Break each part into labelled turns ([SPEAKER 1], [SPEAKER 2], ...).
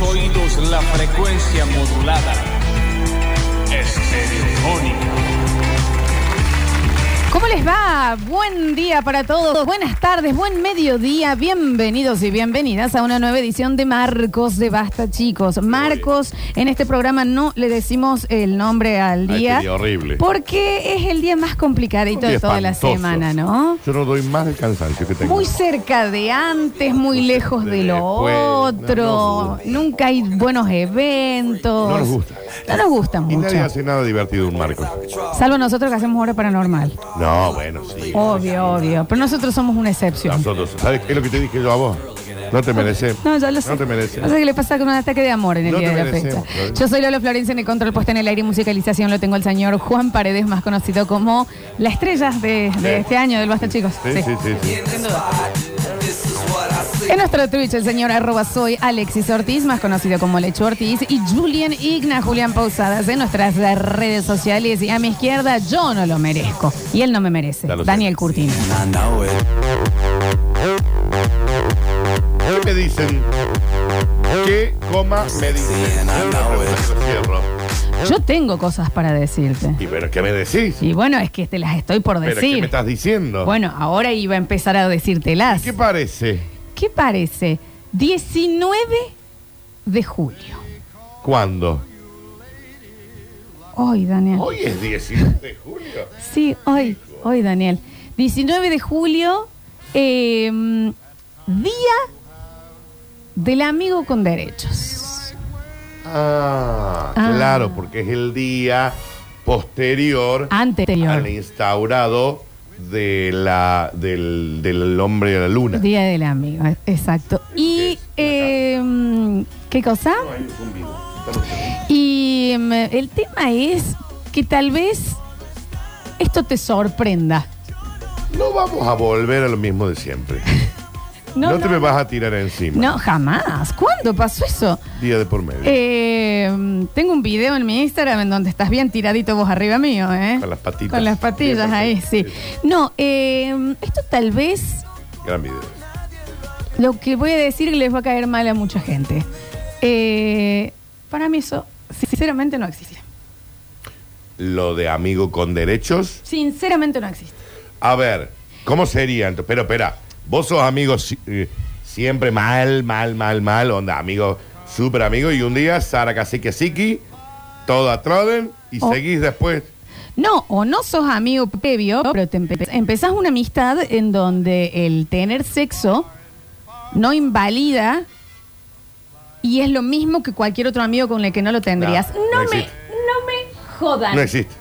[SPEAKER 1] oídos la frecuencia modulada. Estereofónica.
[SPEAKER 2] ¿Cómo les va? Buen día para todos, buenas tardes, buen mediodía, bienvenidos y bienvenidas a una nueva edición de Marcos de Basta, chicos. Marcos, en este programa no le decimos el nombre al
[SPEAKER 3] Ay,
[SPEAKER 2] día.
[SPEAKER 3] qué día horrible.
[SPEAKER 2] Porque es el día más complicadito de
[SPEAKER 3] Qué
[SPEAKER 2] toda la
[SPEAKER 3] espantoso.
[SPEAKER 2] semana, ¿no?
[SPEAKER 3] Yo no doy más del cansancio que tengo.
[SPEAKER 2] Muy cerca de antes, muy lejos de lo
[SPEAKER 3] después. No, no nos
[SPEAKER 2] otro.
[SPEAKER 3] gusta.
[SPEAKER 2] Nunca hay buenos eventos.
[SPEAKER 3] No nos gusta.
[SPEAKER 2] No nos gusta
[SPEAKER 3] y nadie
[SPEAKER 2] mucho.
[SPEAKER 3] hace nada divertido un Marcos.
[SPEAKER 2] Salvo nosotros que hacemos hora paranormal.
[SPEAKER 3] No, bueno, sí.
[SPEAKER 2] Obvio, obvio. Pero nosotros somos una excepción.
[SPEAKER 3] Nosotros, ¿sabes qué es lo que te dije yo a vos? No te mereces.
[SPEAKER 2] No, ya lo sé.
[SPEAKER 3] No te mereces.
[SPEAKER 2] No sé qué le pasa con un ataque de amor en el
[SPEAKER 3] No
[SPEAKER 2] día
[SPEAKER 3] te
[SPEAKER 2] de la fecha.
[SPEAKER 3] merecemos, Florencia.
[SPEAKER 2] Yo soy Lolo Florencia en el control puesto en el aire y musicalización. Lo tengo el señor Juan Paredes, más conocido como la estrella de, de
[SPEAKER 3] Sí.
[SPEAKER 2] este año del Basta, chicos.
[SPEAKER 3] Sí, sí, sí. sí.
[SPEAKER 2] En nuestro Twitch, el señor arroba soy Alexis Ortiz, más conocido como Lechu Ortiz, y Julian Igna, Julián Pausadas, en nuestras redes sociales. Y a mi izquierda, yo no lo merezco. Y él no me merece.
[SPEAKER 3] Ya lo sé.
[SPEAKER 2] Daniel Curtino.
[SPEAKER 3] ¿Qué me dicen? ¿Qué coma me dicen? Yo no pregunto, lo cierro.
[SPEAKER 2] Yo tengo cosas para decirte.
[SPEAKER 3] Y pero, ¿qué me decís?
[SPEAKER 2] Y bueno, es que te las estoy por
[SPEAKER 3] ¿Pero qué me
[SPEAKER 2] decir.
[SPEAKER 3] estás diciendo?
[SPEAKER 2] Bueno, ahora iba a empezar a decírtelas.
[SPEAKER 3] ¿Qué parece?
[SPEAKER 2] ¿Qué parece? 19 de julio.
[SPEAKER 3] ¿Cuándo?
[SPEAKER 2] Hoy, Daniel.
[SPEAKER 3] Hoy es 19 de julio.
[SPEAKER 2] Sí, hoy, hoy, Daniel. 19 de julio, eh, Día del Amigo con Derechos.
[SPEAKER 3] Ah,
[SPEAKER 2] Ah.
[SPEAKER 3] claro, porque es el día posterior
[SPEAKER 2] Ah,
[SPEAKER 3] al
[SPEAKER 2] Anterior.
[SPEAKER 3] instaurado de la, del, del hombre de la luna.
[SPEAKER 2] Día del Amigo, eh, exacto. Y, eh, ¿qué cosa?
[SPEAKER 3] No, hay un zumbido. Dame un segundo.
[SPEAKER 2] Y mm, el tema es que tal vez esto te sorprenda.
[SPEAKER 3] No vamos a volver a lo mismo de siempre. No, te me vas a tirar encima.
[SPEAKER 2] No, jamás. ¿Cuándo pasó eso?
[SPEAKER 3] Día de por medio.
[SPEAKER 2] Eh, tengo un video en mi Instagram en donde estás bien tiradito vos arriba mío, ¿eh?
[SPEAKER 3] Con las patitas.
[SPEAKER 2] Con las patillas
[SPEAKER 3] Bien,
[SPEAKER 2] ahí, sí.
[SPEAKER 3] sí.
[SPEAKER 2] No, eh, esto tal vez
[SPEAKER 3] Gran video.
[SPEAKER 2] lo que voy a decir les va a caer mal a mucha gente. Eh, para mí eso, sinceramente, no existe.
[SPEAKER 3] Lo de amigo con derechos.
[SPEAKER 2] Sinceramente no existe.
[SPEAKER 3] A ver, ¿cómo sería? entonces? Pero espera, vos sos amigo si- eh, siempre mal, mal, mal, mal, onda, amigo, súper amigo, y un día Sara Cacique Siki, todo a Troden, y
[SPEAKER 2] Oh.
[SPEAKER 3] seguís después.
[SPEAKER 2] No, o no sos amigo previo, pero te empe- empezás una amistad en donde el tener sexo no invalida y es lo mismo que cualquier otro amigo con el que no lo tendrías.
[SPEAKER 3] No, no
[SPEAKER 2] No, me,
[SPEAKER 3] existe.
[SPEAKER 2] no me jodan.
[SPEAKER 3] No existe,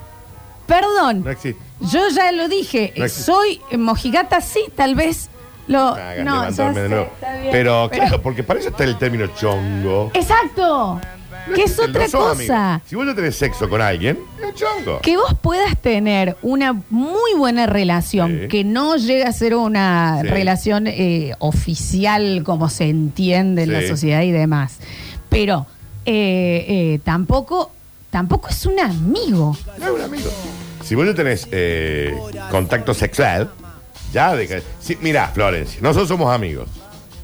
[SPEAKER 2] Perdón,
[SPEAKER 3] no existe.
[SPEAKER 2] yo ya lo dije,
[SPEAKER 3] No
[SPEAKER 2] eh,
[SPEAKER 3] existe.
[SPEAKER 2] soy mojigata, sí, tal vez lo...
[SPEAKER 3] Me hagan
[SPEAKER 2] no, ya
[SPEAKER 3] levantarme de
[SPEAKER 2] sé,
[SPEAKER 3] nuevo.
[SPEAKER 2] está bien,
[SPEAKER 3] pero, claro, porque para eso está el término chongo.
[SPEAKER 2] Exacto, que es
[SPEAKER 3] No
[SPEAKER 2] otra
[SPEAKER 3] sos amigo.
[SPEAKER 2] cosa.
[SPEAKER 3] Si vos no tenés sexo con alguien, es un chongo.
[SPEAKER 2] Que vos puedas tener una muy buena relación,
[SPEAKER 3] Sí.
[SPEAKER 2] que no llega a ser una
[SPEAKER 3] Sí.
[SPEAKER 2] relación eh, oficial como se entiende en la
[SPEAKER 3] Sí.
[SPEAKER 2] sociedad y demás. Pero eh, eh, tampoco, tampoco es un amigo.
[SPEAKER 3] No es un amigo. Si vos no tenés eh, contacto sexual, ya deja. Si, mirá, Florencia, nosotros somos amigos.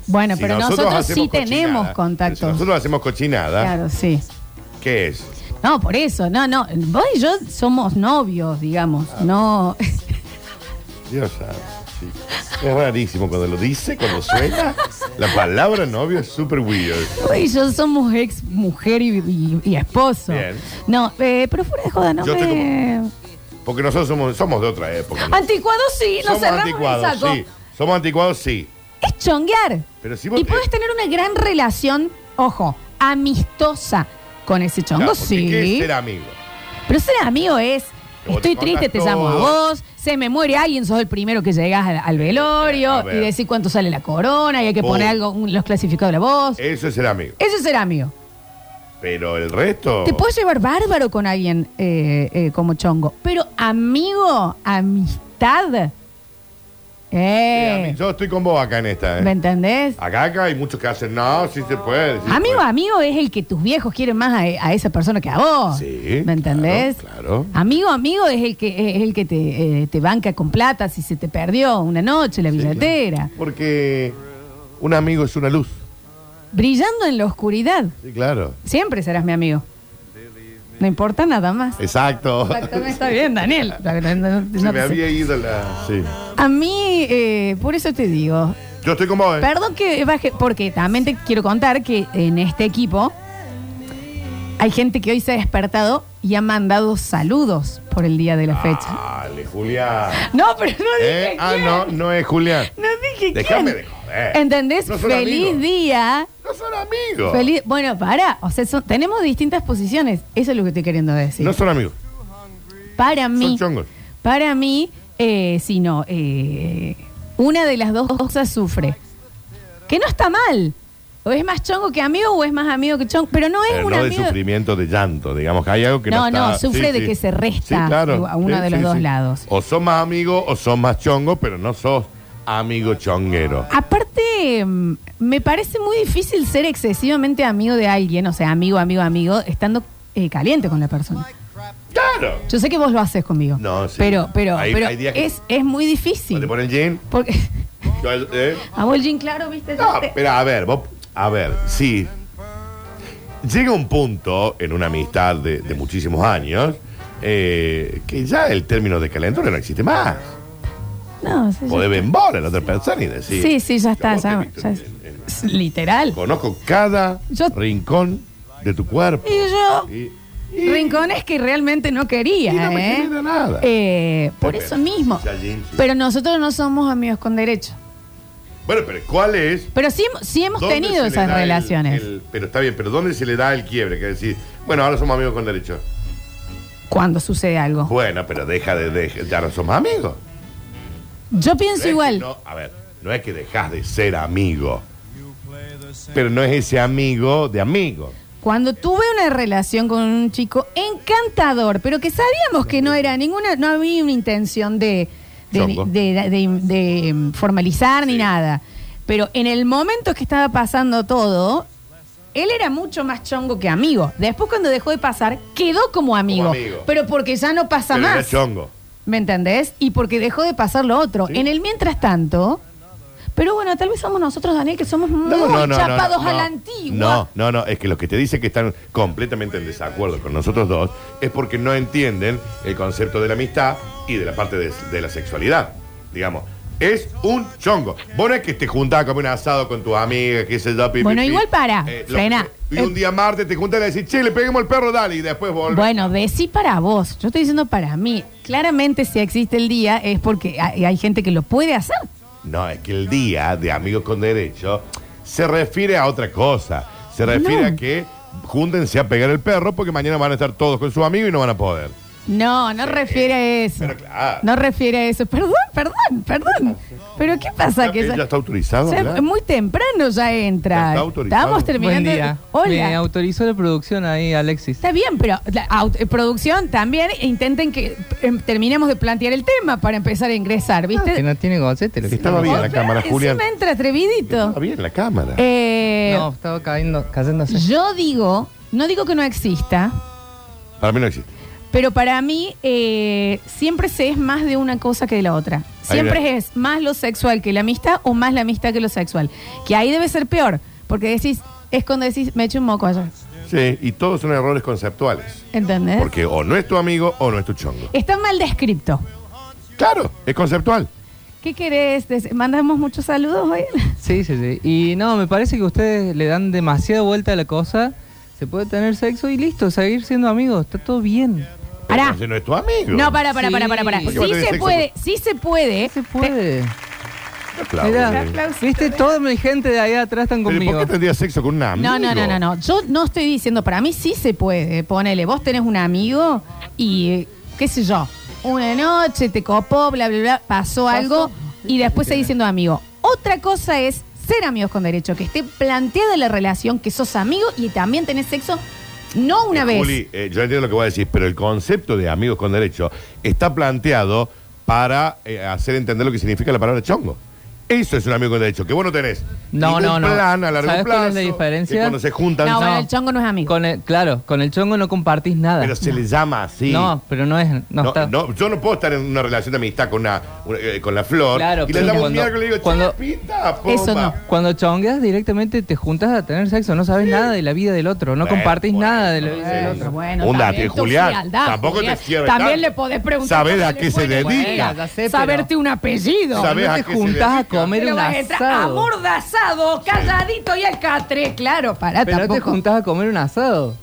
[SPEAKER 2] Bueno,
[SPEAKER 3] Si
[SPEAKER 2] pero nosotros,
[SPEAKER 3] hacemos
[SPEAKER 2] sí tenemos
[SPEAKER 3] cochinada, pero
[SPEAKER 2] contacto.
[SPEAKER 3] si nosotros hacemos cochinada,
[SPEAKER 2] Claro, sí.
[SPEAKER 3] ¿qué es?
[SPEAKER 2] No, por eso, no, no. Vos y yo somos novios, digamos.
[SPEAKER 3] Ah.
[SPEAKER 2] No.
[SPEAKER 3] Dios sabe. sí. Es rarísimo cuando lo dice, cuando suena. la palabra novio es súper weird.
[SPEAKER 2] Vos y yo somos ex mujer y, y- y esposo.
[SPEAKER 3] Bien.
[SPEAKER 2] No, eh, pero fuera de joda, no
[SPEAKER 3] Yo
[SPEAKER 2] me.
[SPEAKER 3] estoy Porque nosotros somos, somos de otra época.
[SPEAKER 2] Anticuados sí, nos
[SPEAKER 3] somos
[SPEAKER 2] cerramos el
[SPEAKER 3] anticuados,
[SPEAKER 2] saco.
[SPEAKER 3] sí. Somos anticuados, sí.
[SPEAKER 2] Es chonguear.
[SPEAKER 3] Pero si vos
[SPEAKER 2] Y puedes
[SPEAKER 3] eh,
[SPEAKER 2] tener una gran relación, ojo, amistosa con ese chongo,
[SPEAKER 3] claro, porque
[SPEAKER 2] sí.
[SPEAKER 3] ¿Qué es ser amigo?
[SPEAKER 2] Pero ser amigo es.
[SPEAKER 3] Que vos
[SPEAKER 2] Estoy
[SPEAKER 3] te
[SPEAKER 2] triste, te
[SPEAKER 3] contás
[SPEAKER 2] llamo a
[SPEAKER 3] todo.
[SPEAKER 2] vos, se me muere alguien, sos el primero que llegas al, al
[SPEAKER 3] A
[SPEAKER 2] velorio
[SPEAKER 3] ver.
[SPEAKER 2] y decís cuánto sale la corona y hay que
[SPEAKER 3] Vos. Eh.
[SPEAKER 2] poner algo, un- los clasificados de la voz.
[SPEAKER 3] Eso es ser amigo.
[SPEAKER 2] Eso es ser amigo.
[SPEAKER 3] Pero el resto.
[SPEAKER 2] Te puedes llevar bárbaro con alguien eh, eh, como chongo, pero amigo, amistad.
[SPEAKER 3] Sí, a
[SPEAKER 2] Eh,
[SPEAKER 3] mí- Yo estoy con vos acá en esta,
[SPEAKER 2] ¿Me
[SPEAKER 3] ¿eh?
[SPEAKER 2] entendés?
[SPEAKER 3] Acá, acá hay muchos que hacen, no, sí se puede. sí pues. se
[SPEAKER 2] Amigo,
[SPEAKER 3] puede".
[SPEAKER 2] amigo es el que tus viejos quieren más a, a esa persona que a vos.
[SPEAKER 3] Sí,
[SPEAKER 2] ¿Me entendés?
[SPEAKER 3] claro, claro.
[SPEAKER 2] Amigo, amigo es el que es el que te, eh, te banca con plata si se te perdió una noche la billetera.
[SPEAKER 3] Porque un amigo es una luz.
[SPEAKER 2] brillando en la oscuridad.
[SPEAKER 3] Sí, claro.
[SPEAKER 2] Siempre serás mi amigo. No importa nada más.
[SPEAKER 3] Exacto.
[SPEAKER 2] Exacto, no está bien, Daniel. No, no, no, no
[SPEAKER 3] Se me
[SPEAKER 2] sé.
[SPEAKER 3] había ido la. Sí.
[SPEAKER 2] A mí, eh, por eso te digo,
[SPEAKER 3] Yo estoy con vos, ¿eh?
[SPEAKER 2] Perdón que baje, porque también te quiero contar que en este equipo hay gente que hoy se ha despertado y ha mandado saludos por el día de la fecha.
[SPEAKER 3] Dale, Julián.
[SPEAKER 2] No, pero no dije
[SPEAKER 3] Ah. ¿Eh? Ah,
[SPEAKER 2] quién.
[SPEAKER 3] no, no es Julián.
[SPEAKER 2] No dije
[SPEAKER 3] Déjame
[SPEAKER 2] quién.
[SPEAKER 3] de joder.
[SPEAKER 2] ¿Entendés?
[SPEAKER 3] No son
[SPEAKER 2] feliz
[SPEAKER 3] amigos.
[SPEAKER 2] día.
[SPEAKER 3] No son amigos.
[SPEAKER 2] Feliz, bueno, para. O sea, son- tenemos distintas posiciones. Eso es lo que estoy queriendo decir.
[SPEAKER 3] No son amigos.
[SPEAKER 2] para mí.
[SPEAKER 3] Son chongos.
[SPEAKER 2] Para mí, eh, si no, eh, una de las dos cosas sufre. Que no está mal. O es más chongo que amigo o es más amigo que chongo. Pero no es
[SPEAKER 3] Pero
[SPEAKER 2] un
[SPEAKER 3] Eh, no de
[SPEAKER 2] amigo.
[SPEAKER 3] sufrimiento de llanto, digamos que hay algo que
[SPEAKER 2] No,
[SPEAKER 3] no,
[SPEAKER 2] no,
[SPEAKER 3] está-
[SPEAKER 2] sufre de que se resta a uno de los dos lados.
[SPEAKER 3] O son más amigos o son más chongos, pero no sos amigo chonguero.
[SPEAKER 2] Aparte, mm, me parece muy difícil ser excesivamente amigo de alguien, o sea, amigo, amigo, amigo, estando eh, caliente con la persona.
[SPEAKER 3] ¡Claro!
[SPEAKER 2] Yo sé que vos lo haces conmigo.
[SPEAKER 3] No, sí.
[SPEAKER 2] Pero, pero,
[SPEAKER 3] Hay-
[SPEAKER 2] pero
[SPEAKER 3] hay días que-
[SPEAKER 2] es, es muy
[SPEAKER 3] ¿No
[SPEAKER 2] difícil.
[SPEAKER 3] te ponen jean?
[SPEAKER 2] Porque
[SPEAKER 3] Yo, eh,
[SPEAKER 2] a vos el jean claro, viste.
[SPEAKER 3] No,
[SPEAKER 2] Ya te-
[SPEAKER 3] pero a ver, vos, a ver, sí. Llega un punto en una amistad de, de muchísimos años eh, que ya el término de calentura no existe más.
[SPEAKER 2] No, sí,
[SPEAKER 3] O
[SPEAKER 2] sí.
[SPEAKER 3] de embora a la otra persona y decir.
[SPEAKER 2] Sí, sí, ya está.
[SPEAKER 3] Yo
[SPEAKER 2] ya-
[SPEAKER 3] vos te he
[SPEAKER 2] ya-
[SPEAKER 3] visto en- en-
[SPEAKER 2] es literal.
[SPEAKER 3] Conozco cada
[SPEAKER 2] Yo-
[SPEAKER 3] rincón de tu cuerpo.
[SPEAKER 2] Y yo,
[SPEAKER 3] Y, y-
[SPEAKER 2] rincones que realmente no quería,
[SPEAKER 3] y no me
[SPEAKER 2] ¿eh?
[SPEAKER 3] genera nada.
[SPEAKER 2] Eh, por
[SPEAKER 3] Bueno,
[SPEAKER 2] eso mismo.
[SPEAKER 3] ya Jin, sí.
[SPEAKER 2] Pero nosotros no somos amigos con derecho.
[SPEAKER 3] Bueno, pero ¿cuál es?
[SPEAKER 2] Pero sí, hem- sí hemos
[SPEAKER 3] ¿Dónde se
[SPEAKER 2] tenido
[SPEAKER 3] le
[SPEAKER 2] esas
[SPEAKER 3] da el-
[SPEAKER 2] relaciones.
[SPEAKER 3] el- pero está bien, pero ¿dónde se le da el quiebre? Que decir, bueno, ahora somos amigos con derecho.
[SPEAKER 2] Cuando sucede algo.
[SPEAKER 3] Bueno, pero deja de, deja- ya no somos amigos.
[SPEAKER 2] Yo
[SPEAKER 3] No es
[SPEAKER 2] pienso
[SPEAKER 3] que
[SPEAKER 2] igual.
[SPEAKER 3] no- a ver, no es que dejas de ser amigo. Pero no es ese amigo de amigo.
[SPEAKER 2] Cuando tuve una relación con un chico encantador, pero que sabíamos que no era ninguna, no había una intención de, de,
[SPEAKER 3] Chongo.
[SPEAKER 2] de- de- de, mm, formalizar ni nada. Pero en el momento que estaba pasando todo, él era mucho más chongo que amigo. Después cuando dejó de pasar, quedó como amigo.
[SPEAKER 3] amigo.
[SPEAKER 2] Pero porque ya no pasa
[SPEAKER 3] Pero era
[SPEAKER 2] más.
[SPEAKER 3] chongo.
[SPEAKER 2] ¿Me entendés? Y porque dejó de pasar lo otro. En el mientras tanto. Pero bueno, tal vez somos nosotros, Daniel, que somos muy chapados a la antigua.
[SPEAKER 3] No, no, no, es que los que te dicen que están completamente en desacuerdo con nosotros dos es porque no entienden el concepto de la amistad y de la parte de, de la sexualidad. Digamos, es un chongo. Vos no es que te juntás a comer un asado con tus amigas, qué sé yo, pi, pi,
[SPEAKER 2] Bueno,
[SPEAKER 3] pi. Eh,
[SPEAKER 2] igual para, Eh.
[SPEAKER 3] lo-
[SPEAKER 2] frená.
[SPEAKER 3] Y un día martes te juntas y le decís, che, le peguemos el perro, dale, y después volvés.
[SPEAKER 2] Bueno, decí para vos. Yo estoy diciendo para mí. Claramente, si existe el día, es porque hay, hay gente que lo puede hacer.
[SPEAKER 3] No, es que el día de amigos con derecho se refiere a otra cosa. Se refiere
[SPEAKER 2] No.
[SPEAKER 3] a que júntense a pegar el perro porque mañana van a estar todos con sus amigos y no van a poder.
[SPEAKER 2] No, no refiere a eso.
[SPEAKER 3] pero claro. Ah,
[SPEAKER 2] No refiere a eso. Perdón, perdón, perdón. Pero ¿qué pasa?
[SPEAKER 3] ¿Ya, eh,
[SPEAKER 2] Que
[SPEAKER 3] ya
[SPEAKER 2] ya-
[SPEAKER 3] está autorizado?
[SPEAKER 2] ya
[SPEAKER 3] hablar?
[SPEAKER 2] muy temprano ya
[SPEAKER 3] Ya
[SPEAKER 2] entra.
[SPEAKER 3] está autorizado.
[SPEAKER 2] Estamos terminando.
[SPEAKER 4] Buen día. Me
[SPEAKER 2] Hola.
[SPEAKER 4] autorizó la producción ahí, Alexis.
[SPEAKER 2] Está bien, pero la aut- eh, producción también e intenten que em, terminemos de plantear el tema para empezar a ingresar,
[SPEAKER 4] Que
[SPEAKER 3] Ah,
[SPEAKER 2] ¿viste?
[SPEAKER 4] no tiene gocete. lo que-
[SPEAKER 3] Estaba bien la
[SPEAKER 2] Otra,
[SPEAKER 3] cámara,
[SPEAKER 2] encima
[SPEAKER 3] Julián.
[SPEAKER 2] entra atrevidito.
[SPEAKER 3] Está bien la cámara.
[SPEAKER 2] Eh,
[SPEAKER 4] No, estaba cayendo, cayéndose.
[SPEAKER 2] Yo digo, no digo que no exista,
[SPEAKER 3] Para mí no existe.
[SPEAKER 2] pero para mí eh, siempre se es más de una cosa que de la otra.
[SPEAKER 3] va.
[SPEAKER 2] Siempre es más lo sexual que la amistad o más la amistad que lo sexual. Que ahí debe ser peor, porque decís, es cuando decís, me eché un moco ayer.
[SPEAKER 3] Sí, y todos son errores conceptuales.
[SPEAKER 2] ¿Entendés?
[SPEAKER 3] Porque o no es tu amigo o no es tu chongo.
[SPEAKER 2] Está mal descrito.
[SPEAKER 3] Claro, es conceptual.
[SPEAKER 2] ¿Qué querés? decir? ¿Mandamos muchos saludos hoy?
[SPEAKER 4] Sí, sí, sí. Y no, me parece que ustedes le dan demasiada vuelta a la cosa. Se puede tener sexo y listo, seguir siendo amigos. Está todo bien.
[SPEAKER 3] Pero
[SPEAKER 2] Pará.
[SPEAKER 3] entonces no es tu amigo.
[SPEAKER 2] No, para, para,
[SPEAKER 4] Sí.
[SPEAKER 2] para, para, para. Sí
[SPEAKER 4] Porque
[SPEAKER 3] vos tenés
[SPEAKER 2] se
[SPEAKER 3] sexo
[SPEAKER 2] puede, sí se puede.
[SPEAKER 4] Se puede.
[SPEAKER 3] Aplaudo.
[SPEAKER 4] Mirá, viste, toda mi gente de allá atrás están
[SPEAKER 3] Pero ¿y
[SPEAKER 4] conmigo.
[SPEAKER 3] ¿Por qué tendría sexo con un amigo?
[SPEAKER 2] No, no, no, no, no. Yo no estoy diciendo, para mí sí se puede. Ponele, vos tenés un amigo y, eh, qué sé yo, una noche te copó, bla, bla, bla, pasó, algo y después seguís siendo amigo. Otra cosa es ser amigos con derecho, que esté planteada la relación, que sos amigo y también tenés sexo, no una
[SPEAKER 3] Eh,
[SPEAKER 2] vez.
[SPEAKER 3] Juli, eh, yo entiendo lo que voy a decir, pero el concepto de amigos con derecho está planteado para eh, hacer entender lo que significa la palabra chongo. Eso es un amigo que te ha hecho. Que vos no tenés.
[SPEAKER 4] No,
[SPEAKER 3] ningún
[SPEAKER 4] no, no.
[SPEAKER 3] plan a largo
[SPEAKER 4] ¿Sabes
[SPEAKER 3] plazo.
[SPEAKER 4] cuál es la diferencia?
[SPEAKER 3] que cuando se juntan.
[SPEAKER 2] No,
[SPEAKER 4] No.
[SPEAKER 2] bueno, el chongo no es amigo.
[SPEAKER 4] Con el- claro, con el chongo no compartís nada.
[SPEAKER 3] Pero se le llama así.
[SPEAKER 4] No, pero no es. No,
[SPEAKER 3] No,
[SPEAKER 4] está.
[SPEAKER 3] no, yo no puedo estar en una relación de amistad con una, una- eh, con la flor.
[SPEAKER 4] Claro,
[SPEAKER 3] y le
[SPEAKER 4] pero
[SPEAKER 3] damos un
[SPEAKER 4] cuando-
[SPEAKER 3] miércoles y le digo,
[SPEAKER 4] cuando-
[SPEAKER 3] "Che, pinta, pomba".
[SPEAKER 2] Eso no.
[SPEAKER 4] Cuando chongas directamente te juntas a tener sexo, no sabes nada de la vida del otro, no
[SPEAKER 3] Bueno,
[SPEAKER 4] compartís
[SPEAKER 3] bueno,
[SPEAKER 4] nada de la
[SPEAKER 3] bueno,
[SPEAKER 4] vida del
[SPEAKER 2] Bueno,
[SPEAKER 4] otro.
[SPEAKER 2] Eh, bueno,
[SPEAKER 3] Un
[SPEAKER 2] también
[SPEAKER 3] dato,
[SPEAKER 2] tu
[SPEAKER 3] Julián,
[SPEAKER 2] frialdad,
[SPEAKER 3] tampoco te
[SPEAKER 2] Julián.
[SPEAKER 3] cierres
[SPEAKER 2] También
[SPEAKER 3] tanto.
[SPEAKER 2] le podés preguntar.
[SPEAKER 3] Sabés
[SPEAKER 2] cómo
[SPEAKER 3] a
[SPEAKER 2] le
[SPEAKER 3] qué se
[SPEAKER 2] fue en el
[SPEAKER 3] dedica.
[SPEAKER 2] día.
[SPEAKER 4] Ya sé, pero-
[SPEAKER 2] Saberte un apellido.
[SPEAKER 3] Sabés
[SPEAKER 4] No
[SPEAKER 3] a
[SPEAKER 4] te
[SPEAKER 3] qué se
[SPEAKER 4] juntás a
[SPEAKER 3] dedica.
[SPEAKER 4] comer
[SPEAKER 2] Pero
[SPEAKER 4] un
[SPEAKER 2] vas a entrar
[SPEAKER 4] asado.
[SPEAKER 2] amordazado, calladito y al catre. Claro, pará,
[SPEAKER 4] Pero no te
[SPEAKER 2] tampoco.
[SPEAKER 4] juntás a comer un asado.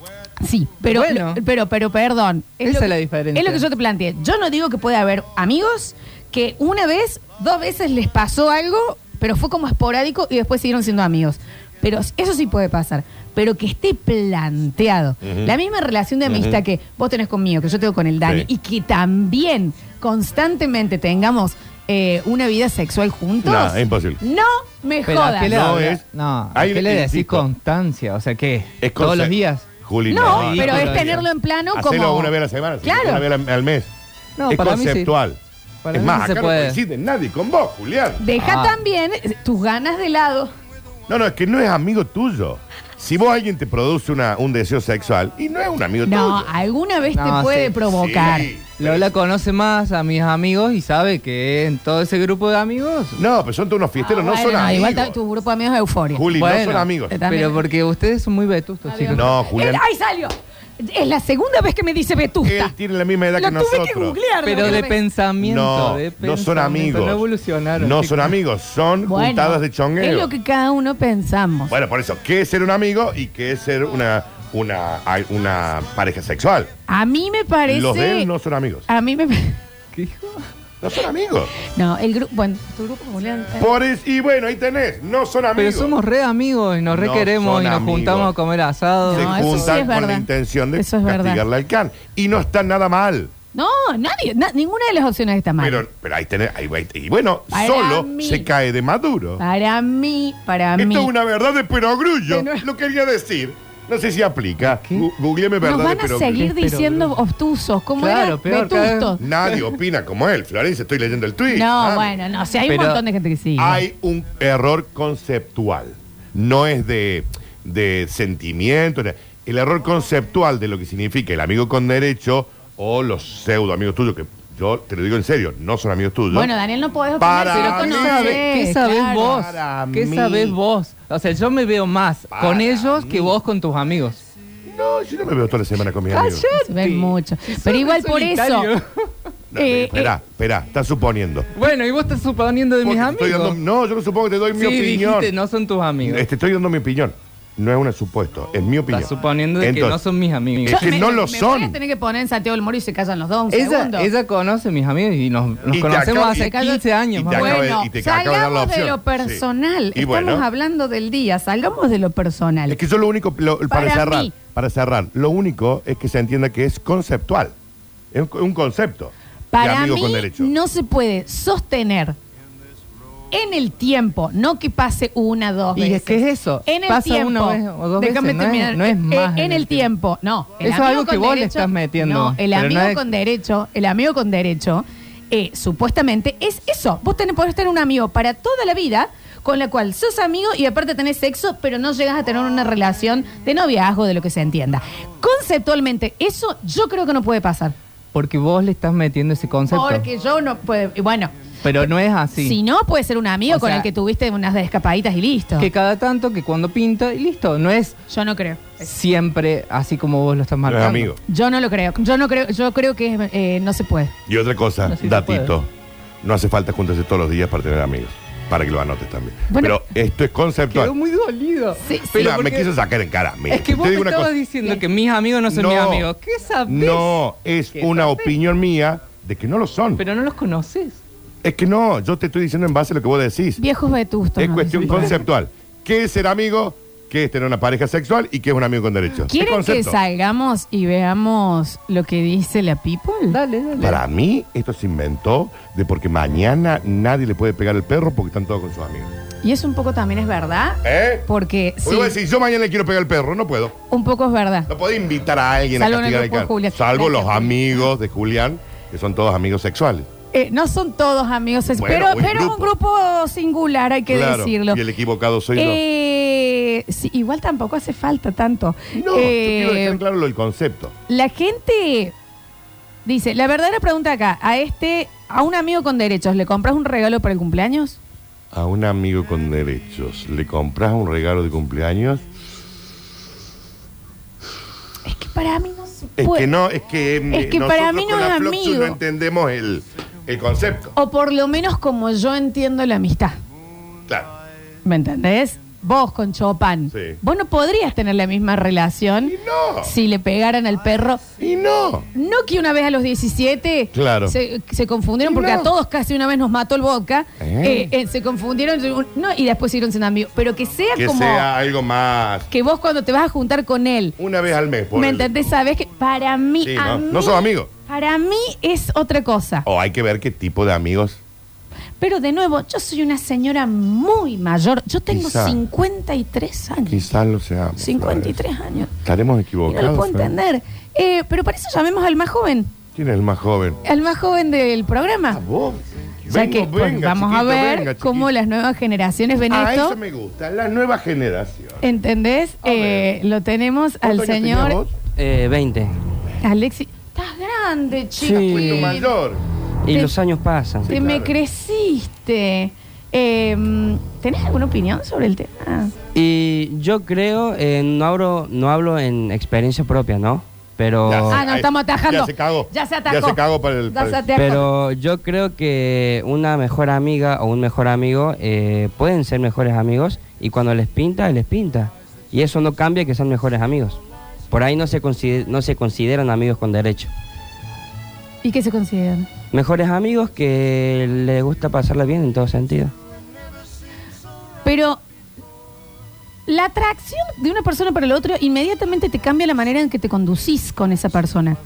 [SPEAKER 2] Sí, pero,
[SPEAKER 4] Bueno.
[SPEAKER 2] pero, pero, perdón.
[SPEAKER 4] Esa
[SPEAKER 2] lo
[SPEAKER 4] es la
[SPEAKER 2] que-
[SPEAKER 4] diferencia.
[SPEAKER 2] Es lo que yo te planteé. Yo no digo que puede haber amigos que una vez, dos veces les pasó algo, pero fue como esporádico y después siguieron siendo amigos. Pero eso sí puede pasar. Pero que esté planteado. La misma relación de amistad que vos tenés conmigo, que yo tengo con el Dani,
[SPEAKER 3] Sí.
[SPEAKER 2] y que también constantemente tengamos eh, una vida sexual juntos.
[SPEAKER 3] No, es imposible.
[SPEAKER 2] No me
[SPEAKER 4] Pero ¿a
[SPEAKER 2] jodas.
[SPEAKER 4] qué le,
[SPEAKER 3] No
[SPEAKER 4] habla-
[SPEAKER 3] es-
[SPEAKER 4] no, ¿a
[SPEAKER 3] Hay-
[SPEAKER 4] qué le decís
[SPEAKER 3] insisto.
[SPEAKER 4] constancia? O sea, ¿qué?
[SPEAKER 3] Es
[SPEAKER 4] ¿Todos
[SPEAKER 3] cosa-
[SPEAKER 4] los días?
[SPEAKER 3] Juli,
[SPEAKER 2] No,
[SPEAKER 4] No,
[SPEAKER 2] pero
[SPEAKER 4] no,
[SPEAKER 2] es
[SPEAKER 4] no,
[SPEAKER 2] tenerlo
[SPEAKER 4] no.
[SPEAKER 2] en plano
[SPEAKER 3] Hacelo
[SPEAKER 2] como.
[SPEAKER 3] una vez a la semana, sí,
[SPEAKER 2] Claro.
[SPEAKER 3] una vez al, al mes.
[SPEAKER 4] No,
[SPEAKER 3] es
[SPEAKER 4] para mí sí.
[SPEAKER 3] conceptual.
[SPEAKER 4] Para
[SPEAKER 3] es
[SPEAKER 4] mí
[SPEAKER 3] más,
[SPEAKER 4] sí se
[SPEAKER 3] acá
[SPEAKER 4] puede.
[SPEAKER 3] no coincide nadie con vos, Julián.
[SPEAKER 2] Deja
[SPEAKER 4] Ah.
[SPEAKER 2] también eh, tus ganas de lado.
[SPEAKER 3] No, no, es que no es amigo tuyo. Si vos alguien te produce una, un deseo sexual y no es un amigo
[SPEAKER 2] No,
[SPEAKER 3] tuyo.
[SPEAKER 2] alguna vez
[SPEAKER 4] No,
[SPEAKER 2] te puede
[SPEAKER 4] sí.
[SPEAKER 2] provocar.
[SPEAKER 3] Sí.
[SPEAKER 4] Lola conoce más a mis amigos y sabe que en todo ese grupo de amigos.
[SPEAKER 3] No, pero son todos unos fiesteros,
[SPEAKER 2] Ah,
[SPEAKER 3] no
[SPEAKER 2] bueno,
[SPEAKER 3] son amigos.
[SPEAKER 2] Igual ta- tu grupo de amigos es euforia.
[SPEAKER 3] Juli, no
[SPEAKER 4] Bueno.
[SPEAKER 3] son amigos.
[SPEAKER 2] Te También.
[SPEAKER 4] Pero porque ustedes son muy vetustos,
[SPEAKER 2] Adiós.
[SPEAKER 4] chicos.
[SPEAKER 3] No, Julián.
[SPEAKER 2] Él- Eh, ¡Ahí salió! Es la segunda vez que me dice Vetusta.
[SPEAKER 3] Él tiene la misma edad
[SPEAKER 2] Lo
[SPEAKER 3] que
[SPEAKER 2] tuve que
[SPEAKER 3] nosotros.
[SPEAKER 2] googlear.
[SPEAKER 4] Pero
[SPEAKER 2] lo que
[SPEAKER 4] de
[SPEAKER 2] me-
[SPEAKER 4] pensamiento.
[SPEAKER 3] No,
[SPEAKER 4] de
[SPEAKER 3] no son
[SPEAKER 4] pensamiento.
[SPEAKER 3] amigos.
[SPEAKER 4] No evolucionaron.
[SPEAKER 3] No
[SPEAKER 4] chicos.
[SPEAKER 3] son amigos, son
[SPEAKER 2] Bueno,
[SPEAKER 3] juntadas de chongueo.
[SPEAKER 2] Es lo que cada uno pensamos.
[SPEAKER 3] Bueno, por eso, ¿qué es ser un amigo y qué es ser una, una, ay, una pareja sexual?
[SPEAKER 2] A mí me parece.
[SPEAKER 3] Los de él no son amigos.
[SPEAKER 2] A mí me.
[SPEAKER 4] ¿Qué dijo?
[SPEAKER 3] No son amigos.
[SPEAKER 2] No, el grupo. Bueno, tu grupo, Julián. eh,
[SPEAKER 3] Por es- y bueno, ahí tenés, no son
[SPEAKER 4] Pero
[SPEAKER 3] amigos.
[SPEAKER 4] somos re amigos y nos re
[SPEAKER 3] No
[SPEAKER 4] queremos
[SPEAKER 3] son
[SPEAKER 4] y nos
[SPEAKER 3] amigos.
[SPEAKER 4] juntamos a comer asado.
[SPEAKER 3] Se
[SPEAKER 2] No, eso sí
[SPEAKER 3] juntan
[SPEAKER 2] es
[SPEAKER 3] con la
[SPEAKER 2] verdad.
[SPEAKER 3] intención de
[SPEAKER 2] Eso es verdad.
[SPEAKER 3] castigarle al can. Y no está nada mal.
[SPEAKER 2] No, nadie. na- ninguna de las opciones está mal.
[SPEAKER 3] Pero, pero ahí tenés, ahí, ahí- y bueno,
[SPEAKER 2] Para
[SPEAKER 3] solo
[SPEAKER 2] mí.
[SPEAKER 3] se cae de maduro.
[SPEAKER 2] para mí, para mí.
[SPEAKER 3] Esto es una verdad de perogrullo.
[SPEAKER 2] Pero-
[SPEAKER 3] Lo quería decir. No sé si aplica.
[SPEAKER 4] ¿Qué?
[SPEAKER 3] Gu- Googleame verdad
[SPEAKER 2] Nos van
[SPEAKER 3] de
[SPEAKER 2] a
[SPEAKER 3] perogrullo.
[SPEAKER 2] seguir
[SPEAKER 4] Pero-
[SPEAKER 2] diciendo obtusos, como
[SPEAKER 4] Claro,
[SPEAKER 2] era
[SPEAKER 4] peor, cada vez-
[SPEAKER 2] vetusto.
[SPEAKER 3] Nadie opina como él, Florencia. Estoy leyendo el tweet.
[SPEAKER 2] No, bueno, no, o sea, hay un
[SPEAKER 4] Pero-
[SPEAKER 2] montón de gente que sí.
[SPEAKER 3] Hay un error conceptual. No es de, de sentimiento. El error conceptual de lo que significa el amigo con derecho o los pseudo amigos tuyos, que yo te lo digo en serio, no son amigos tuyos.
[SPEAKER 2] Bueno, Daniel, no podés
[SPEAKER 3] Para
[SPEAKER 2] opinar si lo
[SPEAKER 3] mí-
[SPEAKER 4] ¿Qué
[SPEAKER 2] conoces,
[SPEAKER 4] sabe- ¿Qué sabés
[SPEAKER 2] claro.
[SPEAKER 4] vos?
[SPEAKER 3] Para
[SPEAKER 4] ¿Qué
[SPEAKER 3] mí.
[SPEAKER 4] sabés vos? O sea, yo me veo más
[SPEAKER 3] Para
[SPEAKER 4] con ellos
[SPEAKER 3] mí.
[SPEAKER 4] que vos con tus amigos.
[SPEAKER 3] no, yo no me veo toda la semana
[SPEAKER 4] Ah,
[SPEAKER 3] con mis amigos.
[SPEAKER 2] Se ven mucho. Pero igual por eso.
[SPEAKER 3] No,
[SPEAKER 2] Eh,
[SPEAKER 3] espera, espera, estás suponiendo.
[SPEAKER 4] bueno, y vos estás suponiendo de mis
[SPEAKER 3] Porque te
[SPEAKER 4] amigos.
[SPEAKER 3] estoy dando- no, yo no supongo que te doy mi
[SPEAKER 4] sí,
[SPEAKER 3] opinión.
[SPEAKER 4] dijiste, no son tus amigos.
[SPEAKER 3] Eh, Te estoy dando mi opinión. No es una supuesto, es mi opinión.
[SPEAKER 4] Estás suponiendo de que
[SPEAKER 3] Entonces, eh,
[SPEAKER 4] no son mis amigos.
[SPEAKER 3] Es que no lo
[SPEAKER 2] me
[SPEAKER 3] son.
[SPEAKER 2] Voy a tener que poner en Santiago del Moro y se callan los dos un
[SPEAKER 4] Ella,
[SPEAKER 2] segundo.
[SPEAKER 4] ella conoce a mis amigos y nos, nos
[SPEAKER 3] Y te
[SPEAKER 4] conocemos
[SPEAKER 3] acaba-
[SPEAKER 4] hace
[SPEAKER 3] y-
[SPEAKER 4] 15 años.
[SPEAKER 3] y
[SPEAKER 4] más
[SPEAKER 3] te
[SPEAKER 4] o menos.
[SPEAKER 3] acaba de-
[SPEAKER 2] bueno,
[SPEAKER 3] y te acaba de dar la
[SPEAKER 2] salgamos de
[SPEAKER 3] opción.
[SPEAKER 2] lo personal.
[SPEAKER 3] Sí. Y
[SPEAKER 2] Estamos
[SPEAKER 3] bueno.
[SPEAKER 2] hablando del día, salgamos de lo personal.
[SPEAKER 3] Es que yo lo único, lo- para,
[SPEAKER 2] Para
[SPEAKER 3] cerrar,
[SPEAKER 2] mí.
[SPEAKER 3] para cerrar, lo único es que se entienda que es conceptual. Es un, un concepto. de
[SPEAKER 2] Para
[SPEAKER 3] amigo
[SPEAKER 2] mí
[SPEAKER 3] con derecho.
[SPEAKER 2] no se puede sostener en el tiempo, no que pase una, dos
[SPEAKER 4] Y
[SPEAKER 2] veces.
[SPEAKER 4] es que es eso,
[SPEAKER 2] En el
[SPEAKER 4] pasa
[SPEAKER 2] tiempo.
[SPEAKER 4] una vez o dos
[SPEAKER 2] Déjame
[SPEAKER 4] veces, no es-
[SPEAKER 2] terminar.
[SPEAKER 4] no es
[SPEAKER 2] Eh,
[SPEAKER 4] más
[SPEAKER 2] En, el tiempo, no. el
[SPEAKER 4] Eso es
[SPEAKER 2] amigo
[SPEAKER 4] algo que
[SPEAKER 2] con
[SPEAKER 4] vos le estás metiendo,
[SPEAKER 2] No, el
[SPEAKER 4] pero
[SPEAKER 2] amigo
[SPEAKER 4] no es-
[SPEAKER 2] con derecho, el amigo con derecho, eh, supuestamente es eso. Vos tenés, podés tener un amigo para toda la vida con la cual sos amigo y aparte tenés sexo, pero no llegas a tener una relación de noviazgo, de lo que se entienda. Conceptualmente, eso yo creo que no puede pasar.
[SPEAKER 4] Porque vos le estás metiendo ese concepto.
[SPEAKER 2] Porque yo no puedo. y Bueno,
[SPEAKER 4] Pero no es así.
[SPEAKER 2] si no, puede ser un amigo
[SPEAKER 4] O
[SPEAKER 2] con
[SPEAKER 4] sea,
[SPEAKER 2] el que tuviste unas escapaditas y listo.
[SPEAKER 4] Que cada tanto, que cuando pinta y listo. No es
[SPEAKER 2] Yo no creo.
[SPEAKER 4] siempre así como vos lo estás
[SPEAKER 3] No es
[SPEAKER 4] marcando.
[SPEAKER 3] amigo.
[SPEAKER 2] Yo no lo creo. Yo no creo. Yo creo que es, eh, no se puede.
[SPEAKER 3] Y otra cosa,
[SPEAKER 4] No, sí se
[SPEAKER 3] datito. No hace falta juntarse todos los días para tener amigos. Para que lo anotes también.
[SPEAKER 2] Bueno.
[SPEAKER 3] Pero esto es conceptual.
[SPEAKER 4] Quedó muy dolido.
[SPEAKER 2] Sí, sí.
[SPEAKER 3] Mira, me
[SPEAKER 4] porque-
[SPEAKER 3] quiso sacar en cara. mira.
[SPEAKER 4] Es que
[SPEAKER 3] Te
[SPEAKER 4] vos me
[SPEAKER 3] digo una
[SPEAKER 4] estabas
[SPEAKER 3] cosa.
[SPEAKER 4] diciendo que mis amigos no son mis
[SPEAKER 3] No.
[SPEAKER 4] amigos. ¿Qué sabés?
[SPEAKER 3] No, es
[SPEAKER 4] ¿Qué
[SPEAKER 3] una
[SPEAKER 4] sabés?
[SPEAKER 3] opinión mía de que no lo son.
[SPEAKER 4] Pero no los conoces.
[SPEAKER 3] Es que no, yo te estoy diciendo en base a lo que vos decís.
[SPEAKER 2] Viejos vetustos.
[SPEAKER 3] Es
[SPEAKER 2] no,
[SPEAKER 3] cuestión
[SPEAKER 2] no se puede.
[SPEAKER 3] conceptual. ¿Qué es ser amigo? ¿Qué es tener una pareja sexual? ¿Y qué es un amigo con derecho?
[SPEAKER 2] ¿Quieren
[SPEAKER 3] Es
[SPEAKER 2] que
[SPEAKER 3] concepto.
[SPEAKER 2] salgamos y veamos lo que dice la people?
[SPEAKER 4] Dale, dale.
[SPEAKER 3] Para mí, esto se inventó de porque mañana nadie le puede pegar el perro porque están todos con sus amigos.
[SPEAKER 2] Y eso un poco también es verdad.
[SPEAKER 3] ¿Eh?
[SPEAKER 2] Porque
[SPEAKER 3] Porque vos
[SPEAKER 2] sí,
[SPEAKER 3] decís, yo mañana le quiero pegar el perro, no pudo.
[SPEAKER 2] un poco es verdad.
[SPEAKER 3] No podés invitar a alguien
[SPEAKER 2] Salvo
[SPEAKER 3] a
[SPEAKER 2] en el
[SPEAKER 3] castigar al
[SPEAKER 2] grupo de
[SPEAKER 3] can.
[SPEAKER 2] Julián.
[SPEAKER 3] Salvo los
[SPEAKER 2] Gracias, Julián.
[SPEAKER 3] amigos de Julián, que son todos amigos sexuales.
[SPEAKER 2] Eh, no son todos amigos, es-
[SPEAKER 3] Bueno,
[SPEAKER 2] pero,
[SPEAKER 3] un
[SPEAKER 2] pero
[SPEAKER 3] grupo.
[SPEAKER 2] un grupo singular, hay que
[SPEAKER 3] Claro,
[SPEAKER 2] decirlo.
[SPEAKER 3] Y el equivocado soy
[SPEAKER 2] Eh, sí, igual tampoco hace falta tanto.
[SPEAKER 3] yo. No, yo
[SPEAKER 2] Eh,
[SPEAKER 3] quiero dejar claro lo- el concepto.
[SPEAKER 2] la gente dice, la verdadera pregunta acá, a este, a un amigo con derechos, ¿le compras un regalo para el cumpleaños?
[SPEAKER 3] A un amigo con derechos, ¿le compras un regalo de cumpleaños?
[SPEAKER 2] Es que para mí no se
[SPEAKER 3] Es
[SPEAKER 2] puede.
[SPEAKER 3] que no, es que, mm,
[SPEAKER 2] Pues, es que
[SPEAKER 3] nosotros
[SPEAKER 2] para mí no
[SPEAKER 3] con
[SPEAKER 2] es
[SPEAKER 3] la Floxu
[SPEAKER 2] amigo.
[SPEAKER 3] no entendemos el, el concepto.
[SPEAKER 2] O por lo menos como yo entiendo la amistad.
[SPEAKER 3] Claro.
[SPEAKER 2] ¿Me entendés? Vos con Chopin.
[SPEAKER 3] Sí.
[SPEAKER 2] Vos no podrías tener la misma relación
[SPEAKER 3] Y no.
[SPEAKER 2] si le pegaran al perro.
[SPEAKER 3] Y no.
[SPEAKER 2] No que una vez a los 17
[SPEAKER 3] Claro.
[SPEAKER 2] se, se confundieron,
[SPEAKER 3] Y
[SPEAKER 2] porque
[SPEAKER 3] no.
[SPEAKER 2] a todos casi una vez nos mató el boca.
[SPEAKER 3] ¿Eh?
[SPEAKER 2] Eh, eh, se confundieron no, y después siguieron siendo amigos. Pero que sea
[SPEAKER 3] Que
[SPEAKER 2] como
[SPEAKER 3] sea algo más.
[SPEAKER 2] que vos cuando te vas a juntar con él,
[SPEAKER 3] Una vez al mes.
[SPEAKER 2] ¿me
[SPEAKER 3] ponele.
[SPEAKER 2] entendés? Sabes que para mí,
[SPEAKER 3] Sí,
[SPEAKER 2] a
[SPEAKER 3] no,
[SPEAKER 2] mí-
[SPEAKER 3] no sos amigo. Oh.
[SPEAKER 2] Para mí es otra cosa.
[SPEAKER 3] O hay que ver qué tipo de amigos.
[SPEAKER 2] Pero de nuevo, yo soy una señora muy mayor. Yo tengo
[SPEAKER 3] Quizá.
[SPEAKER 2] 53 años.
[SPEAKER 3] Quizás lo seamos.
[SPEAKER 2] 53 años.
[SPEAKER 3] Estaremos
[SPEAKER 2] Y no
[SPEAKER 3] equivocados.
[SPEAKER 2] lo puedo
[SPEAKER 3] Flores.
[SPEAKER 2] entender. Eh, pero para eso llamemos al más joven.
[SPEAKER 3] ¿Quién es el más joven? Ah,
[SPEAKER 2] Al más joven del programa.
[SPEAKER 3] Vos.
[SPEAKER 2] Ah. O sea que pues, vamos a ver cómo las nuevas generaciones ven
[SPEAKER 3] Ah,
[SPEAKER 2] esto.
[SPEAKER 3] eso me gusta, la nueva generación.
[SPEAKER 2] ¿Entendés?
[SPEAKER 3] A ver.
[SPEAKER 2] Eh, lo tenemos
[SPEAKER 3] ¿Cuántos
[SPEAKER 2] al
[SPEAKER 3] años tenías
[SPEAKER 2] señor
[SPEAKER 3] vos?
[SPEAKER 5] Eh, 20.
[SPEAKER 2] Alexi. Estás grande, chico.
[SPEAKER 5] Sí.
[SPEAKER 3] Fui tu mayor.
[SPEAKER 5] Y
[SPEAKER 2] Sí.
[SPEAKER 5] los años pasan.
[SPEAKER 2] Te
[SPEAKER 3] Sí,
[SPEAKER 2] me
[SPEAKER 3] claro.
[SPEAKER 2] creciste. Eh, ¿Tenés alguna opinión sobre el tema?
[SPEAKER 5] Y yo creo, eh, no, hablo, no hablo en experiencia propia, ¿no? Pero,
[SPEAKER 3] Ya sé.
[SPEAKER 2] Ah, no,
[SPEAKER 3] Ahí.
[SPEAKER 2] estamos atajando.
[SPEAKER 3] Ya se cagó.
[SPEAKER 2] Ya se atajó.
[SPEAKER 3] Ya se cagó para el-
[SPEAKER 2] Ya
[SPEAKER 3] para
[SPEAKER 2] se
[SPEAKER 3] el-
[SPEAKER 2] atajó.
[SPEAKER 5] pero yo creo que una mejor amiga o un mejor amigo eh, pueden ser mejores amigos y cuando les pinta, les pinta. Y eso no cambia que sean mejores amigos. Por ahí no se, consider- no se consideran amigos con derecho.
[SPEAKER 2] ¿Y qué se consideran?
[SPEAKER 5] Mejores amigos que les gusta pasarla bien en todo sentido.
[SPEAKER 2] Pero la atracción de una persona para el otro inmediatamente te cambia la manera en que te conducís con esa persona.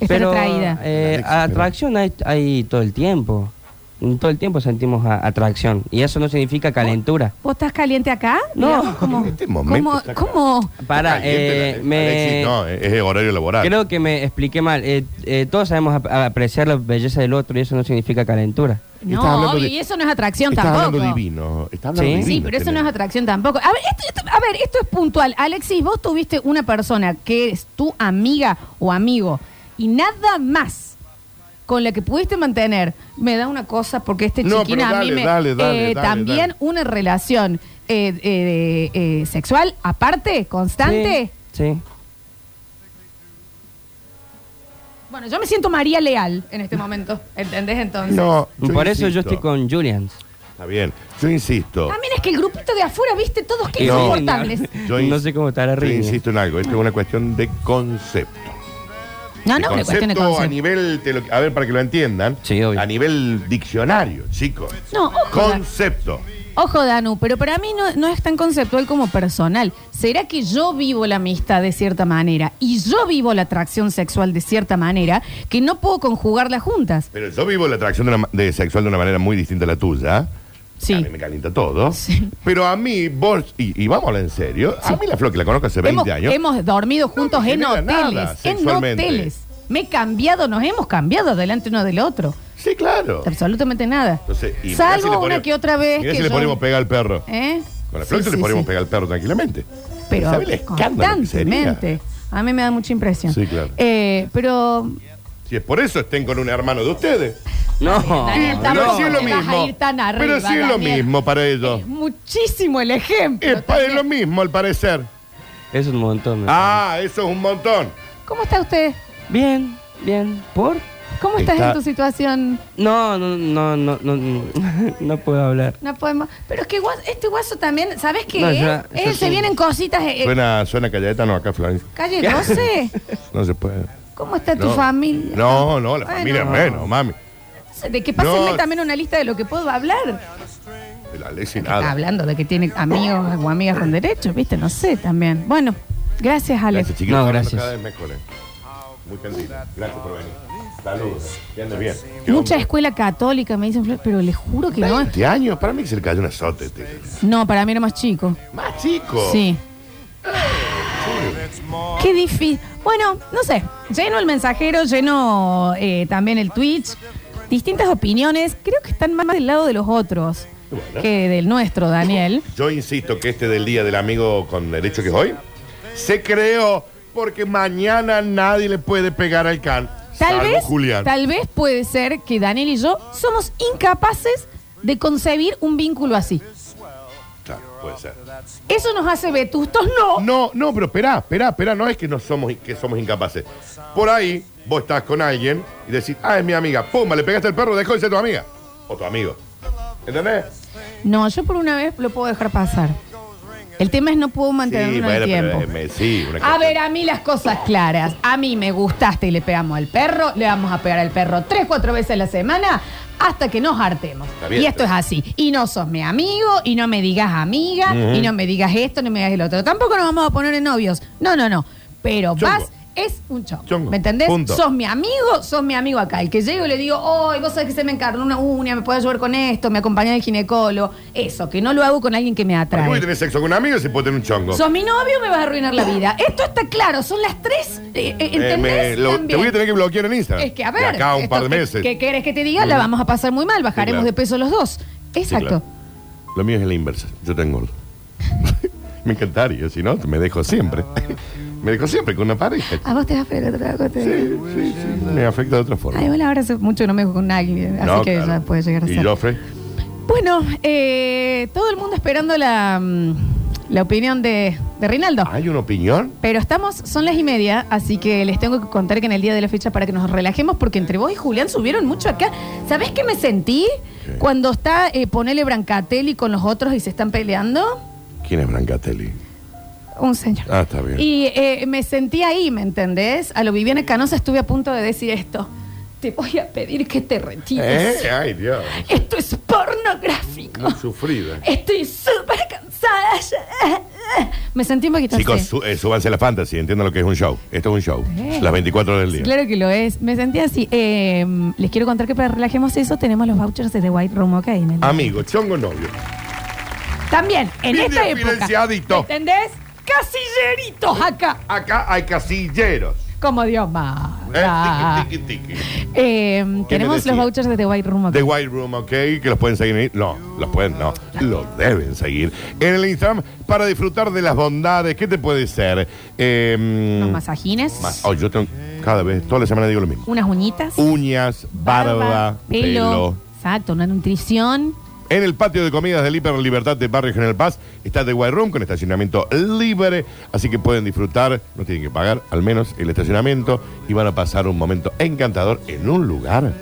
[SPEAKER 2] Estar
[SPEAKER 5] pero
[SPEAKER 2] atraída.
[SPEAKER 5] eh,
[SPEAKER 3] Alex, pero-
[SPEAKER 5] atracción hay, hay todo el tiempo. En Todo el tiempo sentimos a- atracción. Y eso no significa calentura.
[SPEAKER 2] ¿Vos estás caliente acá?
[SPEAKER 5] No.
[SPEAKER 2] Digamos, como-
[SPEAKER 3] En este momento
[SPEAKER 2] como-
[SPEAKER 3] está
[SPEAKER 2] como-
[SPEAKER 5] Para,
[SPEAKER 3] Caliente,
[SPEAKER 5] eh,
[SPEAKER 3] la-
[SPEAKER 5] me-
[SPEAKER 3] Alexis, no, eh, es horario laboral.
[SPEAKER 5] Creo que me expliqué mal. Eh, eh, todos sabemos ap- apreciar la belleza del otro y eso no significa calentura.
[SPEAKER 3] Estás
[SPEAKER 2] No,
[SPEAKER 3] hablando
[SPEAKER 2] obvio,
[SPEAKER 3] de-
[SPEAKER 2] y eso no es atracción
[SPEAKER 3] Estás
[SPEAKER 2] tampoco.
[SPEAKER 3] hablando divino. Estás hablando
[SPEAKER 5] Sí.
[SPEAKER 3] divino.
[SPEAKER 2] Sí, pero eso no es
[SPEAKER 3] tenés.
[SPEAKER 2] atracción tampoco. A ver, esto, esto- a ver, esto es puntual. Alexis, vos tuviste una persona que es tu amiga o amigo y nada más con la que pudiste mantener, me da una cosa porque este
[SPEAKER 3] No,
[SPEAKER 2] chiquín
[SPEAKER 3] pero
[SPEAKER 2] a mí
[SPEAKER 3] dale,
[SPEAKER 2] me
[SPEAKER 3] dale, dale,
[SPEAKER 2] eh,
[SPEAKER 3] dale,
[SPEAKER 2] también
[SPEAKER 3] dale.
[SPEAKER 2] una relación eh, eh, eh, sexual aparte, constante.
[SPEAKER 5] Sí. sí.
[SPEAKER 2] Bueno, yo me siento María Leal en este momento, ¿entendés entonces?
[SPEAKER 3] No,
[SPEAKER 5] Por eso yo
[SPEAKER 3] insisto.
[SPEAKER 5] estoy con Julian.
[SPEAKER 3] Está bien. Yo insisto.
[SPEAKER 2] También es que el grupito de afuera, viste, todos que
[SPEAKER 3] No.
[SPEAKER 2] insoportables.
[SPEAKER 3] Yo
[SPEAKER 5] no
[SPEAKER 3] ins-
[SPEAKER 5] sé cómo estará
[SPEAKER 3] Yo
[SPEAKER 5] Rini.
[SPEAKER 3] insisto en algo. Esto es una cuestión de concepto.
[SPEAKER 2] No,
[SPEAKER 3] El
[SPEAKER 2] no, una cuestión de
[SPEAKER 3] a
[SPEAKER 2] concepto.
[SPEAKER 3] nivel, te lo- a ver, para que lo entiendan,
[SPEAKER 5] Sí, obvio.
[SPEAKER 3] a nivel diccionario, chicos.
[SPEAKER 2] No, ojo,
[SPEAKER 3] Concepto.
[SPEAKER 2] Ojo, Danu, pero para mí no, no es tan conceptual como personal. ¿Será que yo vivo la amistad de cierta manera y yo vivo la atracción sexual de cierta manera que no puedo conjugarlas juntas?
[SPEAKER 3] Pero yo vivo la atracción de una ma- de sexual de una manera muy distinta a la tuya.
[SPEAKER 2] Sí.
[SPEAKER 3] A mí me calienta todo.
[SPEAKER 2] Sí.
[SPEAKER 3] Pero a mí, vos, y, y vamos en serio, a mí la flor que la conozco hace 20
[SPEAKER 2] hemos,
[SPEAKER 3] años.
[SPEAKER 2] hemos dormido juntos
[SPEAKER 3] me
[SPEAKER 2] en
[SPEAKER 3] genera
[SPEAKER 2] hoteles,
[SPEAKER 3] nada
[SPEAKER 2] en
[SPEAKER 3] sexualmente.
[SPEAKER 2] hoteles. Me he cambiado, nos hemos cambiado delante uno del otro.
[SPEAKER 3] Sí, claro.
[SPEAKER 2] Absolutamente nada.
[SPEAKER 3] Entonces, y mirá
[SPEAKER 2] Salvo
[SPEAKER 3] si le
[SPEAKER 2] una
[SPEAKER 3] ponemos-
[SPEAKER 2] que otra vez
[SPEAKER 3] mirá
[SPEAKER 2] que
[SPEAKER 3] si le
[SPEAKER 2] yo-
[SPEAKER 3] ponemos pega al perro.
[SPEAKER 2] ¿Eh?
[SPEAKER 3] Con la
[SPEAKER 2] Sí,
[SPEAKER 3] flor
[SPEAKER 2] sí,
[SPEAKER 3] le ponemos
[SPEAKER 2] sí.
[SPEAKER 3] pega al perro tranquilamente.
[SPEAKER 2] pero
[SPEAKER 3] ¿Sabe el escándalo que sería?
[SPEAKER 2] constantemente. A mí me da mucha impresión.
[SPEAKER 3] Sí, claro.
[SPEAKER 2] Eh, pero
[SPEAKER 3] Si es por eso, estén con un hermano de ustedes.
[SPEAKER 5] No.
[SPEAKER 2] Daniel,
[SPEAKER 5] no.
[SPEAKER 2] estamos-
[SPEAKER 3] Pero sí es lo
[SPEAKER 2] te vas a
[SPEAKER 3] mismo.
[SPEAKER 2] ir tan
[SPEAKER 3] pero
[SPEAKER 2] arriba,
[SPEAKER 3] sí es lo
[SPEAKER 2] Daniel.
[SPEAKER 3] mismo para ellos.
[SPEAKER 2] es muchísimo el ejemplo.
[SPEAKER 3] Es, pa- es lo mismo, al parecer.
[SPEAKER 5] Es un montón. me
[SPEAKER 3] Ah, eso es un montón.
[SPEAKER 2] ¿Cómo está usted?
[SPEAKER 5] parece. Bien, bien. ¿Por?
[SPEAKER 2] ¿Cómo estás
[SPEAKER 3] Está-
[SPEAKER 2] en tu situación?
[SPEAKER 5] No, no, no, no, no, no puedo hablar.
[SPEAKER 2] No podemos. Pero es que guas- este guaso también, ¿sabes qué?
[SPEAKER 5] No, ya-
[SPEAKER 2] Eh,
[SPEAKER 5] ya
[SPEAKER 2] se
[SPEAKER 5] sí.
[SPEAKER 2] vienen cositas. eh, eh,
[SPEAKER 3] Suena, suena no acá, Florencia.
[SPEAKER 2] calle 12.
[SPEAKER 3] No se puede.
[SPEAKER 2] ¿Cómo está tu
[SPEAKER 3] No.
[SPEAKER 2] familia?
[SPEAKER 3] No, no, la
[SPEAKER 2] Bueno.
[SPEAKER 3] familia menos, mami.
[SPEAKER 2] De que pásenme
[SPEAKER 3] No.
[SPEAKER 2] también una lista de lo que puedo hablar.
[SPEAKER 3] El Alexis
[SPEAKER 2] Está
[SPEAKER 3] nada.
[SPEAKER 2] hablando de que tiene amigos o amigas con derechos, ¿viste? No sé también. Bueno, gracias, Ale.
[SPEAKER 3] Gracias, chiquillos.
[SPEAKER 5] No,
[SPEAKER 3] Hablando
[SPEAKER 5] gracias.
[SPEAKER 3] cada vez mejor, eh. Muy gentil. Gracias por venir. Saludos. Que andes bien. Qué
[SPEAKER 2] Mucha
[SPEAKER 3] hombre.
[SPEAKER 2] escuela católica me dicen, Flor, pero le juro que no.
[SPEAKER 3] 20 años, para mí que se le cayó un azote. este.
[SPEAKER 2] No, para mí era más chico.
[SPEAKER 3] Más chico.
[SPEAKER 2] Sí. Qué difícil. Bueno, no sé. Lleno el mensajero, lleno eh, también el Twitch. distintas opiniones, creo que están más del lado de los otros
[SPEAKER 3] Bueno.
[SPEAKER 2] que del nuestro, Daniel.
[SPEAKER 3] Yo insisto que este del Día del Amigo con Derecho que es hoy, se creó porque mañana nadie le puede pegar al can.
[SPEAKER 2] Tal
[SPEAKER 3] salvo
[SPEAKER 2] vez,
[SPEAKER 3] Julián.
[SPEAKER 2] tal vez puede ser que Daniel y yo somos incapaces de concebir un vínculo así.
[SPEAKER 3] Claro, puede ser.
[SPEAKER 2] Eso nos hace vetustos, no.
[SPEAKER 3] No, no, pero esperá, esperá, esperá. No es que no somos, que somos incapaces. Por ahí, vos estás con alguien y decís, ah, es mi amiga. Pumba, le pegaste al perro, dejó de ser tu amiga. O tu amigo. ¿Entendés?
[SPEAKER 2] No, yo por una vez lo puedo dejar pasar. El tema es no puedo mantenerlo en el tiempo.
[SPEAKER 3] eh, me- sí, una
[SPEAKER 2] A
[SPEAKER 3] cosa.
[SPEAKER 2] ver, a mí las cosas claras. A mí me gustaste y le pegamos al perro, le vamos a pegar al perro tres, cuatro veces a la semana hasta que nos hartemos.
[SPEAKER 3] Está bien,
[SPEAKER 2] Y esto es
[SPEAKER 3] pero-
[SPEAKER 2] así. Y no sos mi amigo, y no me digas amiga,
[SPEAKER 3] Ujú.
[SPEAKER 2] y no me digas esto, no me digas el otro. Tampoco nos vamos a poner en novios. No, no, no. Pero
[SPEAKER 3] Chongo.
[SPEAKER 2] vas, es un chongo.
[SPEAKER 3] Chongo.
[SPEAKER 2] ¿Me entendés?
[SPEAKER 3] Punto.
[SPEAKER 2] Sos mi amigo, sos mi amigo acá. El que llego y le digo, oh, vos sabés que se me encarnó una uña, me puedes ayudar con esto, me acompaña el ginecólogo. Eso, que no lo hago con alguien que me
[SPEAKER 3] Porque
[SPEAKER 2] atrae.
[SPEAKER 3] voy a tener sexo con un amigo y se puede tener un chongo.
[SPEAKER 2] Sos mi novio, me vas a arruinar la vida. Esto está claro, son las tres. eh, eh,
[SPEAKER 3] Eh,
[SPEAKER 2] ¿Entendés?
[SPEAKER 3] me- lo- te
[SPEAKER 2] También.
[SPEAKER 3] voy a tener que bloquear en Instagram.
[SPEAKER 2] Es que, a
[SPEAKER 3] De
[SPEAKER 2] ver.
[SPEAKER 3] acá a un
[SPEAKER 2] esto
[SPEAKER 3] par de
[SPEAKER 2] que-
[SPEAKER 3] meses.
[SPEAKER 2] ¿Qué querés que te diga? La vamos a pasar muy mal, bajaremos
[SPEAKER 3] claro.
[SPEAKER 2] de peso los dos.
[SPEAKER 3] Sí,
[SPEAKER 2] Exacto.
[SPEAKER 3] claro. Lo mío es la inversa. Yo te engordo. me encantaría, si no, me dejo siempre. me dejo siempre con una pareja.
[SPEAKER 2] A vos te vas a pegar otra cosa.
[SPEAKER 3] Sí, sí, sí. Me afecta de otra forma.
[SPEAKER 2] Ay, bueno, ahora hace mucho que no me dejo con nadie, así
[SPEAKER 3] No,
[SPEAKER 2] que
[SPEAKER 3] claro.
[SPEAKER 2] ya puede llegar a
[SPEAKER 3] ¿Y
[SPEAKER 2] ser.
[SPEAKER 3] Joffre?
[SPEAKER 2] Bueno, eh, todo el mundo esperando la, mm, la opinión de, de Rinaldo.
[SPEAKER 3] ¿Hay una opinión?
[SPEAKER 2] Pero estamos, son las y media, así que les tengo que contar que en el día de la fecha para que nos relajemos, porque entre vos y Julián subieron mucho acá. ¿Sabés qué me sentí
[SPEAKER 3] ¿Qué?
[SPEAKER 2] cuando está eh, Ponele Brancatelli con los otros y se están peleando?
[SPEAKER 3] ¿Quién es Brancatelli?
[SPEAKER 2] Un señor.
[SPEAKER 3] Ah, está bien.
[SPEAKER 2] Y eh, me sentí ahí, ¿me entendés? A lo Viviana Canosa estuve a punto de decir esto. Te voy a pedir que te retires.
[SPEAKER 3] ¿Eh? Ay, Dios.
[SPEAKER 2] Esto es pornográfico.
[SPEAKER 3] Muy sufrida.
[SPEAKER 2] Estoy súper cansada. ya. Me sentí un poquito
[SPEAKER 3] Chicos,
[SPEAKER 2] así.
[SPEAKER 3] su- eh, súbanse a la fantasy, entiendan lo que es un show. Esto es un show.
[SPEAKER 2] Eh.
[SPEAKER 3] Las 24 horas del
[SPEAKER 2] Sí,
[SPEAKER 3] día.
[SPEAKER 2] Claro que lo es. Me sentí así. Eh, les quiero contar que para relajemos eso tenemos los vouchers de The White Room, ¿ok? En el-
[SPEAKER 3] Amigo, chongo novio.
[SPEAKER 2] También, en
[SPEAKER 3] Bien
[SPEAKER 2] esta época.
[SPEAKER 3] financiadito.
[SPEAKER 2] ¿me ¿Entendés? Casilleritos acá.
[SPEAKER 3] Acá hay casilleros.
[SPEAKER 2] Como Dios manda.
[SPEAKER 3] ¿eh? Tiki, tiki, tiki.
[SPEAKER 2] Eh, tenemos
[SPEAKER 3] decía?
[SPEAKER 2] los vouchers de The White Room, ¿ok?
[SPEAKER 3] The White Room, ok, que los pueden seguir. en el- No, los pueden, no, los deben seguir en el Instagram para disfrutar de las bondades. ¿Qué te puede ser? Eh,
[SPEAKER 2] Unos masajines.
[SPEAKER 3] mas- oh, yo tengo, cada vez, toda la semana digo lo mismo.
[SPEAKER 2] Unas uñitas.
[SPEAKER 3] Uñas, barba,
[SPEAKER 2] pelo,
[SPEAKER 3] pelo.
[SPEAKER 2] Exacto, una nutrición.
[SPEAKER 3] En el patio de comidas del Hiper Libertad de Barrio General Paz está The White Room con estacionamiento libre, así que pueden disfrutar, no tienen que pagar al menos el estacionamiento y van a pasar un momento encantador en un lugar,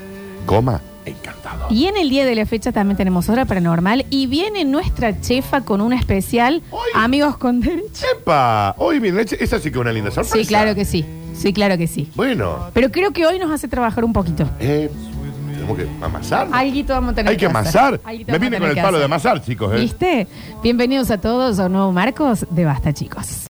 [SPEAKER 3] coma, encantador.
[SPEAKER 2] Y en el día de la fecha también tenemos hora paranormal. Y viene nuestra chefa con una especial.
[SPEAKER 3] Hoy.
[SPEAKER 2] Amigos con derecho.
[SPEAKER 3] ¡Epa! Hoy viene leche, esa sí que es una linda sorpresa.
[SPEAKER 2] Sí, claro que sí. Sí, claro que sí.
[SPEAKER 3] Bueno,
[SPEAKER 2] Pero creo que hoy nos hace trabajar un poquito.
[SPEAKER 3] eh, tenemos que amasar.
[SPEAKER 2] Alguito vamos a tener
[SPEAKER 3] Hay que amasar.
[SPEAKER 2] Alguito
[SPEAKER 3] Me
[SPEAKER 2] vamos a
[SPEAKER 3] vine
[SPEAKER 2] tener
[SPEAKER 3] con el
[SPEAKER 2] que
[SPEAKER 3] palo de
[SPEAKER 2] hacer.
[SPEAKER 3] amasar, chicos. Eh.
[SPEAKER 2] ¿Viste? Bienvenidos a todos a un nuevo Marcos de Basta, chicos.